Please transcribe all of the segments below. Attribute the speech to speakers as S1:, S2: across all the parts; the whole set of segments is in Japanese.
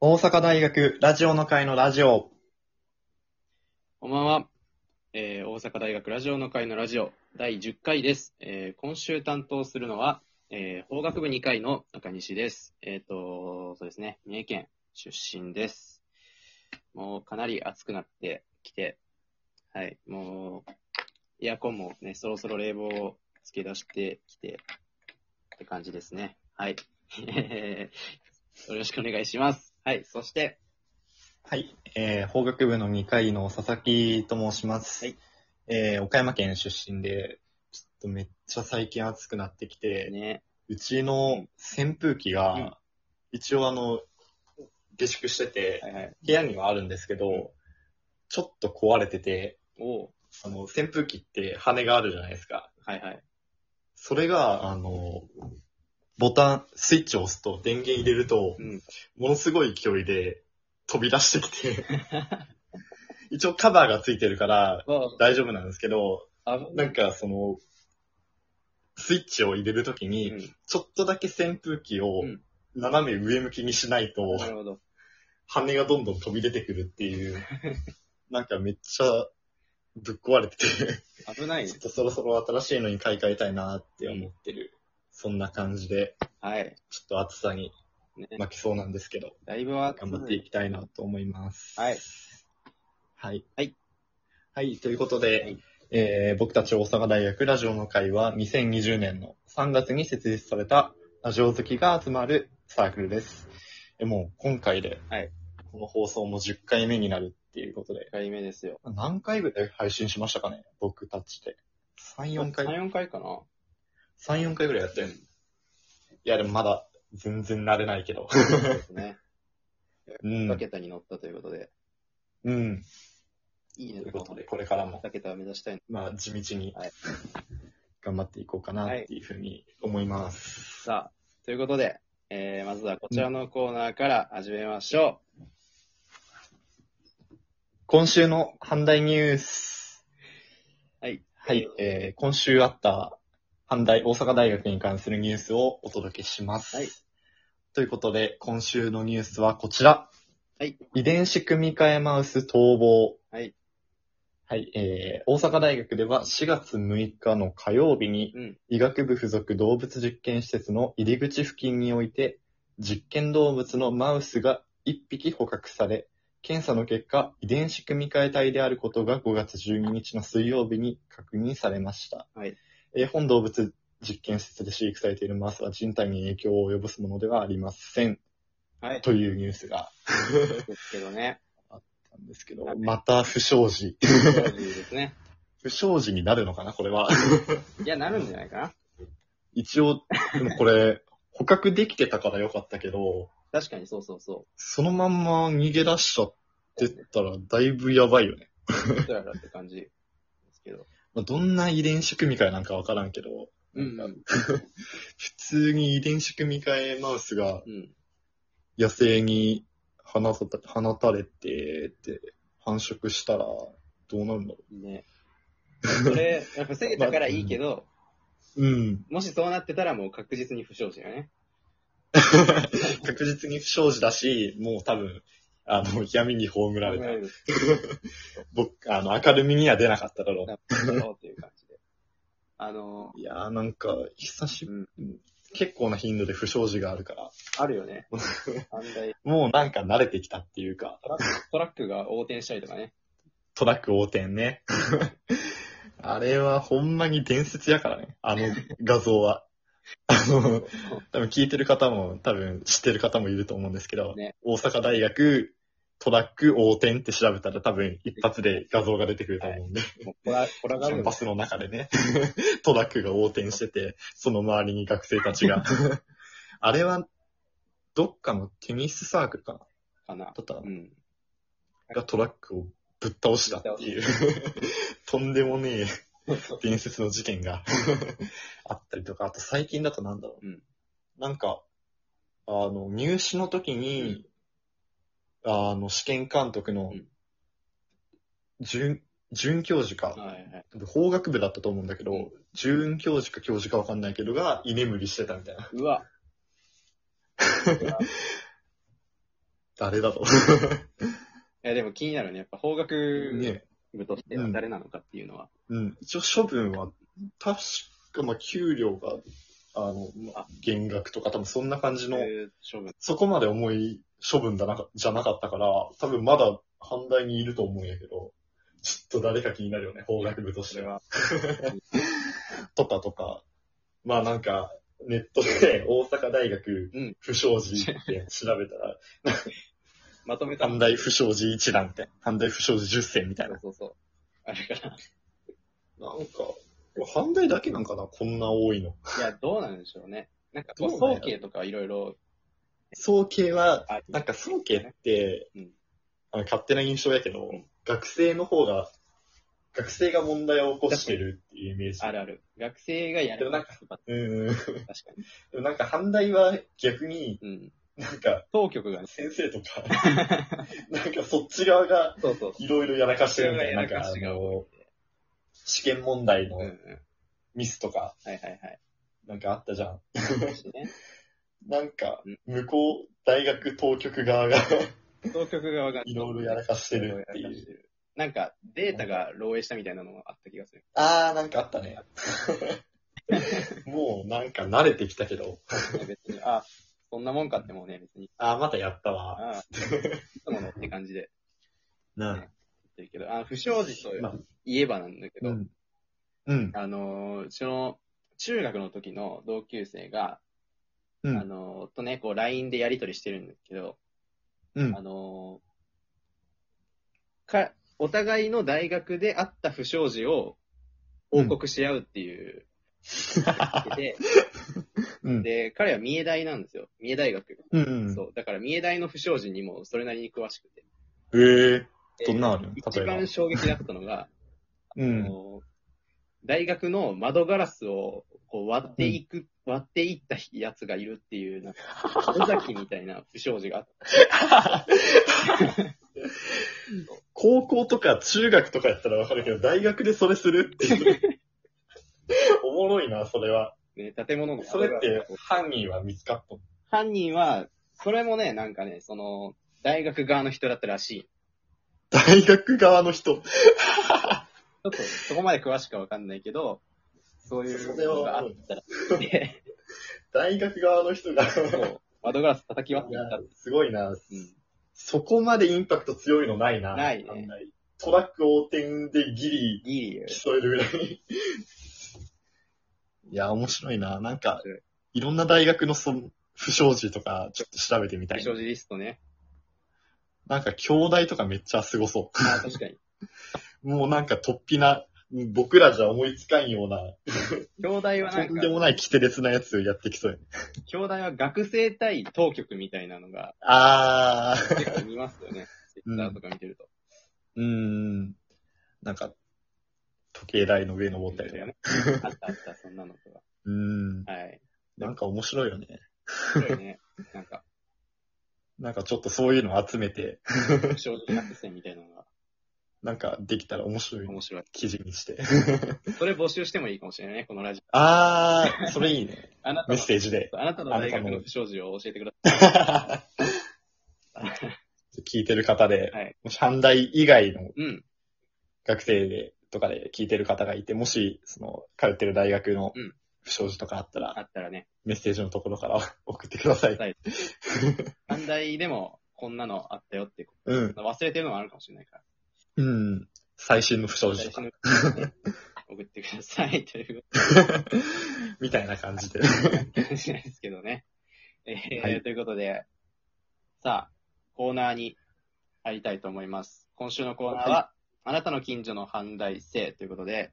S1: 大阪大学ラジオの会のラジオ。
S2: こんばんは、えー大阪大学ラジオの会のラジオ第10回です。えー今週担当するのは、えー法学部2回の中西です。えっ、と、そうですね、三重県出身です。もうかなり暑くなってきて、はい、もう、エアコンもね、そろそろ冷房をつけ出してきて、って感じですね。はい。 えーよろしくお願いします。はい、そして、
S1: はい。えー、法学部の2回の佐々木と申します。
S2: はい。
S1: えー、岡山県出身で、ちょっとめっちゃ最近暑くなってきて、
S2: ね、
S1: うちの扇風機が、
S2: うん
S1: 一応あの、下宿してて、
S2: はいはい。
S1: 部屋にはあるんですけど、
S2: うん
S1: ちょっと壊れてて、
S2: おう
S1: あの、扇風機って羽があるじゃないですか。
S2: はいはい。
S1: それが、あの、ボタン、スイッチを押すと電源入れると、
S2: うん。
S1: ものすごい勢いで飛び出してきて、 一応カバーがついてるから大丈夫なんですけど、
S2: あ
S1: なんかその、スイッチを入れるときに、ちょっとだけ扇風機を
S2: うん
S1: 斜め上向きにしないと、
S2: なるほど。
S1: 羽がどんどん飛び出てくるって いう、なんかめっちゃぶっ壊れてて、
S2: 危 ない
S1: ちょっ。とそろそろ新しいのに買い替えたいなって思ってる。そんな感じで、
S2: はい。
S1: ちょっと暑さに
S2: ね、
S1: 負けそうなんですけど、
S2: だいぶは
S1: 頑張っていきたいなと思います。
S2: はい。
S1: はい。
S2: はい。
S1: はい、ということで、
S2: はい
S1: えー僕たち大阪大学ラジオの会は2020年の3月に設立されたラジオ好きが集まるサークルです。えもう今回で、
S2: はい
S1: この放送も10回目になるっていうことで、
S2: 1回目ですよ。
S1: 何回ぐらい配信しましたかね僕たちで。3、4回。
S2: 3、4回かな。
S1: 3、4回ぐらいやってる。いや、でもまだ全然慣れないけ ど。
S2: そうですね。
S1: うん
S2: 2。桁に乗ったということで。
S1: うん。
S2: いい
S1: と
S2: ね
S1: いう、ことで、これからも
S2: 2桁を目指したい。
S1: まあ、地道に
S2: はい、
S1: 頑張っていこうかなっていうふうに思います。
S2: さあ、ということで、えー、まずはこちらのコーナーから始めましょ
S1: 今週の阪大ニュース。
S2: はい。
S1: はい、えー、今週あった阪大、大阪大学に関するニュースをお届けします。
S2: はい
S1: ということで、今週のニュースはこちら。
S2: はい。
S1: 遺伝子組み換えマウス逃亡。
S2: はい。
S1: はい、えー、大阪大学では4月6日の火曜日に
S2: う。うん。
S1: 医学部附属動物実験施設の入り口付近において、実験動物のマウスが1匹捕獲され、検査の結果、遺伝子組み換え体であることが5月12日の水曜日に確認されました。
S2: はい
S1: えー本動物実験施設で飼育されているマウスは人体に影響を及ぼすものではありません。
S2: はい。
S1: というニュースが
S2: ですけどね。
S1: あったんですけど、また不祥事。
S2: いいですね。
S1: 不祥事になるのかなこれは。
S2: いや、なるんじゃないかな。
S1: 一応、でもこれ、捕獲できてたからよかったけど、
S2: 確かにそうそうそ
S1: そのまんま逃げ出しちゃってったら、だいぶやばいよね。
S2: う。ふらふらって感じですけど。
S1: まあ、どんな遺伝子組み換えなんかわからんけど、
S2: うん。
S1: な
S2: うん
S1: か
S2: ん。
S1: 普通に遺伝子組み換えマウスが
S2: うん。
S1: 野生に放た放たれて、って繁殖したら、どうなるんだろ
S2: ね。それ、やっぱ防げたからいいけ ど、
S1: う。うん。
S2: もしそうなってたらもう確実に不祥事だよね。
S1: 確実に不祥事だし、もう多分、あの、闇に葬られた。僕、あの、明るみには出なかっただろう。
S2: そうという感じで。あの、
S1: いやーなんか、久しぶ
S2: うん、
S1: り、結構な頻度で不祥事があるから、
S2: あるよね。案外、
S1: もうなんか慣れてきたっていうか、
S2: トラックが横転したりとかね。
S1: トラック横転ね。 あれはほんまに伝説やからね、あの画像は。 あの、多分聞いてる方も、多分知ってる方もいると思うんですけど、
S2: ね
S1: 大阪大学トラック横転って調べたら多分一発で画像が出てくると思うんで、
S2: もうこら、こら
S1: キ
S2: が
S1: ャ
S2: る
S1: ンパスの中でね、 トラックが横転してて、その周りに学生たち が。あれは、どっかのテニスサークルかな
S2: かな。
S1: だったら
S2: うん。
S1: がトラックをぶっ倒したっていう、 とんでもねえ伝説の事件が あったりとか、あと最近だとなんだろう。
S2: うん
S1: なんか、あの、入試の時に、あの、試験監督の
S2: うん、
S1: 准、准教授か、
S2: はいはい。
S1: 法学部だったと思うんだけ
S2: うん
S1: ど、准教授か教授かわかんないけどが、居眠りしてたみたいな。
S2: うわ。
S1: 誰だと。
S2: いや、でも気になるね。やっぱ法学
S1: ね。
S2: 部としては誰なのかっていうのは。
S1: うん。一応処分は、確か、まあ、給料が、あの、まあ、減額とか、多分そんな感じの、
S2: そういう処分。
S1: そこまで重い処分だなか、じゃなかったから、多分まだ反対にいると思うんやけど、ちょっと誰か気になるよね、法学部とし
S2: そ
S1: て
S2: れ
S1: は。
S2: は。
S1: とかとか、まあなんか、ネットで大阪大学
S2: うん
S1: 不祥事って調べたら、
S2: まとめた。
S1: 阪大不祥事一覧みたいな、阪大不祥事10選みたい
S2: そう
S1: な。
S2: そうそう。あれかな。
S1: なんか、阪大だけなんかな、こんな多いの。
S2: いや、どうなんでしょうね。なんかこう、
S1: どうなんや
S2: 総計とかいろいろ
S1: 総計は、
S2: あ
S1: なんか総計って、
S2: うん
S1: あの勝手な印象やけど、
S2: うん
S1: 学生の方が、学生が問題を起こしてるっていうイメージ。
S2: あるある。学生がや
S1: で
S2: る
S1: もなん
S2: 確か
S1: うんうん。
S2: に。
S1: でもなんか反対は逆に、
S2: うん。
S1: なんか
S2: 当局がね。
S1: 先生と か、なんかそっち側が
S2: そうそう。
S1: いろいろやらかしてるみたいな。
S2: そっち側がやらかしが
S1: なんかあの試験問題
S2: うんうん。は
S1: の
S2: い
S1: ミスとか、
S2: はいはい。
S1: なんかあったじゃん。
S2: ね
S1: なんか
S2: うん、
S1: 向こう、大学当局側が
S2: 当局側が。
S1: いろいろやらかしてるって
S2: ろろやらか
S1: い
S2: し
S1: う。
S2: てるなんか、データが漏洩したみたいなのもあった気がする。
S1: あー、なんかあったね。 もうなんか慣れてきたけど、
S2: 別に、あ、そんなもんかってもうね、別に。
S1: あー、またやったわ。
S2: ああ、いつものって感じで
S1: な
S2: 言ってるけど、あ不祥事と
S1: まあ、
S2: いえばなんだけど、
S1: うん。うん。
S2: あのー、うちの中学の時の同級生が、
S1: う
S2: あ
S1: ん。
S2: のー、とね、こう LINE でやり取りしてるんですけど、
S1: うん
S2: あ。のー、か、お互いの大学であった不祥事を報告し合うっていう、 で、
S1: うん。
S2: で、彼は三重大なんですよ。三重大学。
S1: うん。
S2: そう。だから三重大の不祥事にもそれなりに詳しくて。
S1: えー、
S2: で
S1: どんなのある
S2: 一
S1: 例えば
S2: 番衝撃だったのが、
S1: う
S2: あ
S1: ん。
S2: の大学の窓ガラスをこう割っていく、割っていったやつがいるっていう、なんか、尾崎みたいな不祥事があっ
S1: 高校とか中学とかやったらわかるけど、大学でそれするっていう。 おもろいな、それは。
S2: て、ね、建物の
S1: それっ
S2: 窓ガラ
S1: て
S2: スがこう
S1: 犯人は見つかったの
S2: 犯人は、それもね、なんかね、その、大学側の人だったらしい。ち
S1: 大学側の人。
S2: ょっとそこまで詳しくはわかんないけど、そういうのがあったらしいで、
S1: 大学側の人が。
S2: そう窓ガラス叩き割っていった。う
S1: すごいな。
S2: ん
S1: そこまでインパクト強いのないな。
S2: ないね
S1: あんまりトラック横転でギリ
S2: いいよ。
S1: 競えるぐらい。 いや、面白いな。なんか
S2: 面白い、
S1: いろんな大学のその不祥事とか、ちょっと調べてみた
S2: 不
S1: い。
S2: 祥事リストね。
S1: なんか、兄弟とかめっちゃすごそ
S2: あ 確かに。
S1: う。もうなんか、突飛な、僕らじゃ思いつかんような、
S2: 兄弟はな
S1: と
S2: ん
S1: ん
S2: か
S1: で、もないキテレツなやつやってきそうやね。
S2: 兄弟は学生対当局みたいなのが
S1: あー。
S2: 結構見ますよね。ツイッターとか見てると。
S1: うーん。なんか、時計台の上登ったりとかね。
S2: あったあった、そんなのとか。
S1: うーん。
S2: はい。
S1: なんか面白いよね。
S2: 面白いね。なんか、
S1: なんかちょっとそういうの集めて、
S2: 正直学生みたいなのが
S1: なんかできたら面白い
S2: 面白い。
S1: 記事にして。
S2: それ募集してもいいかもしれないね、このラジオ。
S1: あー、それいいね。
S2: あなた
S1: メッ
S2: の、
S1: セージ で。
S2: あなたの大学の不祥事を教えてください。
S1: 聞いてる方で、
S2: はい
S1: もし阪大以外の
S2: うん。
S1: 学生でとかで聞いてる方がいて、もし、その、通ってる大学の
S2: うん
S1: 不祥事とかあったら、
S2: あったらね、
S1: メッセージのところから 送ってください。
S2: はい短大でもこんなのあったよって、
S1: うん。
S2: 忘れてるのもあるかもしれないから。
S1: うん。最新の不祥事
S2: 最
S1: とか
S2: 初、の送ってください。という
S1: みたいな感じで。
S2: 感じなんですけどね。えー
S1: はい
S2: ということで、さあ、コーナーに入りたいと思います。今週のコーナーは、
S1: は
S2: あなたの近所の阪大生ということで、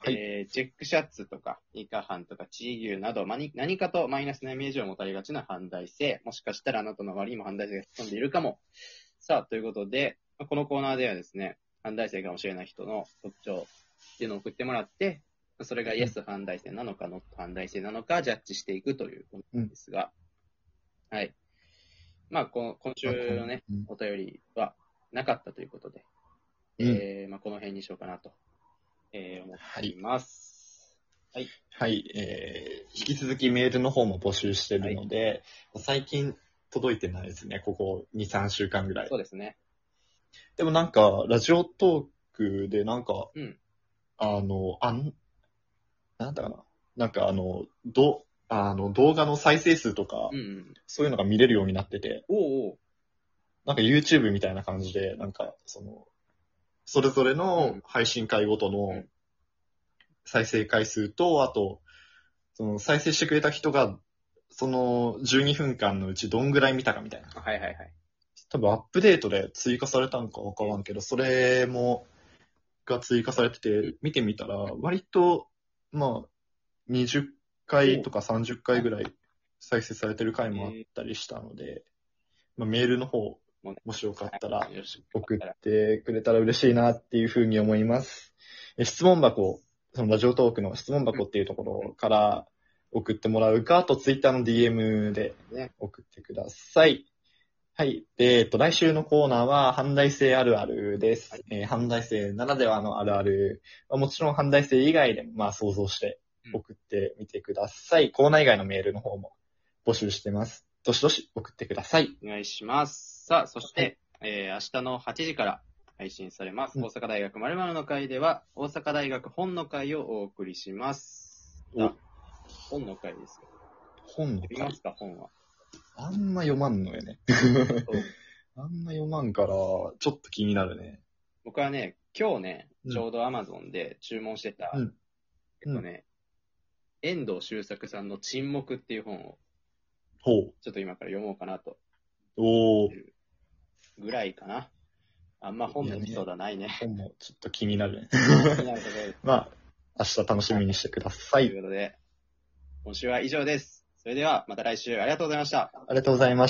S1: はい
S2: えーチェックシャツとか、イカハンとか、チー牛など、まあに何かとマイナスなイメージを持たれがちな阪大生、もしかしたらあなたの周りにも阪大生が潜んでいるかも。さあ、ということで、まあこのコーナーではですね、阪大生かもしれない人の特徴っていうのを送ってもらって、それがイエス反対性なのか、ノット反対性なのか、ジャッジしていくということなんですが、はい。まあ、こ今週のね、
S1: うん
S2: お便りはなかったということで、
S1: うん。
S2: えーまあ、この辺にしようかなと、えー思っています。
S1: はい、えー、引き続きメールの方も募集してるので、最近届いてないですね、ここ2、3週間ぐらい
S2: そ。うですね。
S1: でもなんか、ラジオトークでなんか、
S2: うん
S1: あの、あん、なんだかな、なんかあの、ど、あの、動画の再生数とか、
S2: うんうん。
S1: そういうのが見れるようになってて、
S2: おうおう。
S1: なんか YouTube みたいな感じで、なんか、その、それぞれの
S2: うん
S1: 配信会ごと
S2: う
S1: の
S2: ん
S1: 再生回数と、あと、その再生してくれた人が、その12分間のうちどんぐらい見たかみたいな。
S2: はいはいはい。
S1: 多分アップデートで追加されたのかわからんけど、それも、が追加されてて、見てみたら、割と、まあ、20回とか30回ぐらい再生されてる回もあったりしたので、まあ、メールの方、もしよかったら、
S2: よし。
S1: 送ってくれたら嬉しいなっていうふうに思います。え質問箱、そのラジオトークの質問箱っていうところから送ってもらうか、あとツイッターの DM で
S2: ね
S1: 送ってください。はい。で、えっと、来週のコーナーは、反対性あるあるです。えー反対性ならではのあるある。まあ、もちろん反対性以外でも、まあ、想像して送ってみてください。コーナー以外のメールの方も募集してます。どしどし送ってください。
S2: お願いします。さあ、そして、えー明日の8時から配信されます。
S1: うん
S2: 大阪大学〇〇の会では、大阪大学本の会をお送りします。
S1: お
S2: あ本の会ですよ。
S1: 本の
S2: 読み
S1: 回
S2: ますか、本は。
S1: あんま読まんのよね。
S2: そう
S1: あんま読まんから、ちょっと気になるね。
S2: 僕はね、今日ね、
S1: うん
S2: ちょうど Amazon で注文してた、
S1: うん
S2: えっとね、遠藤周作さんの沈黙っていう本を、
S1: ほう。
S2: ちょっと今から読もうかなと、
S1: おー。
S2: ぐらいかな。あんま本のエピソードはないね。
S1: 本もちょっと気になるね。
S2: 気になるところです。
S1: まあ、明日楽しみにしてください。
S2: ということで、今週は以上です。それでは、また来週ありがとうございました。
S1: ありがとうございました。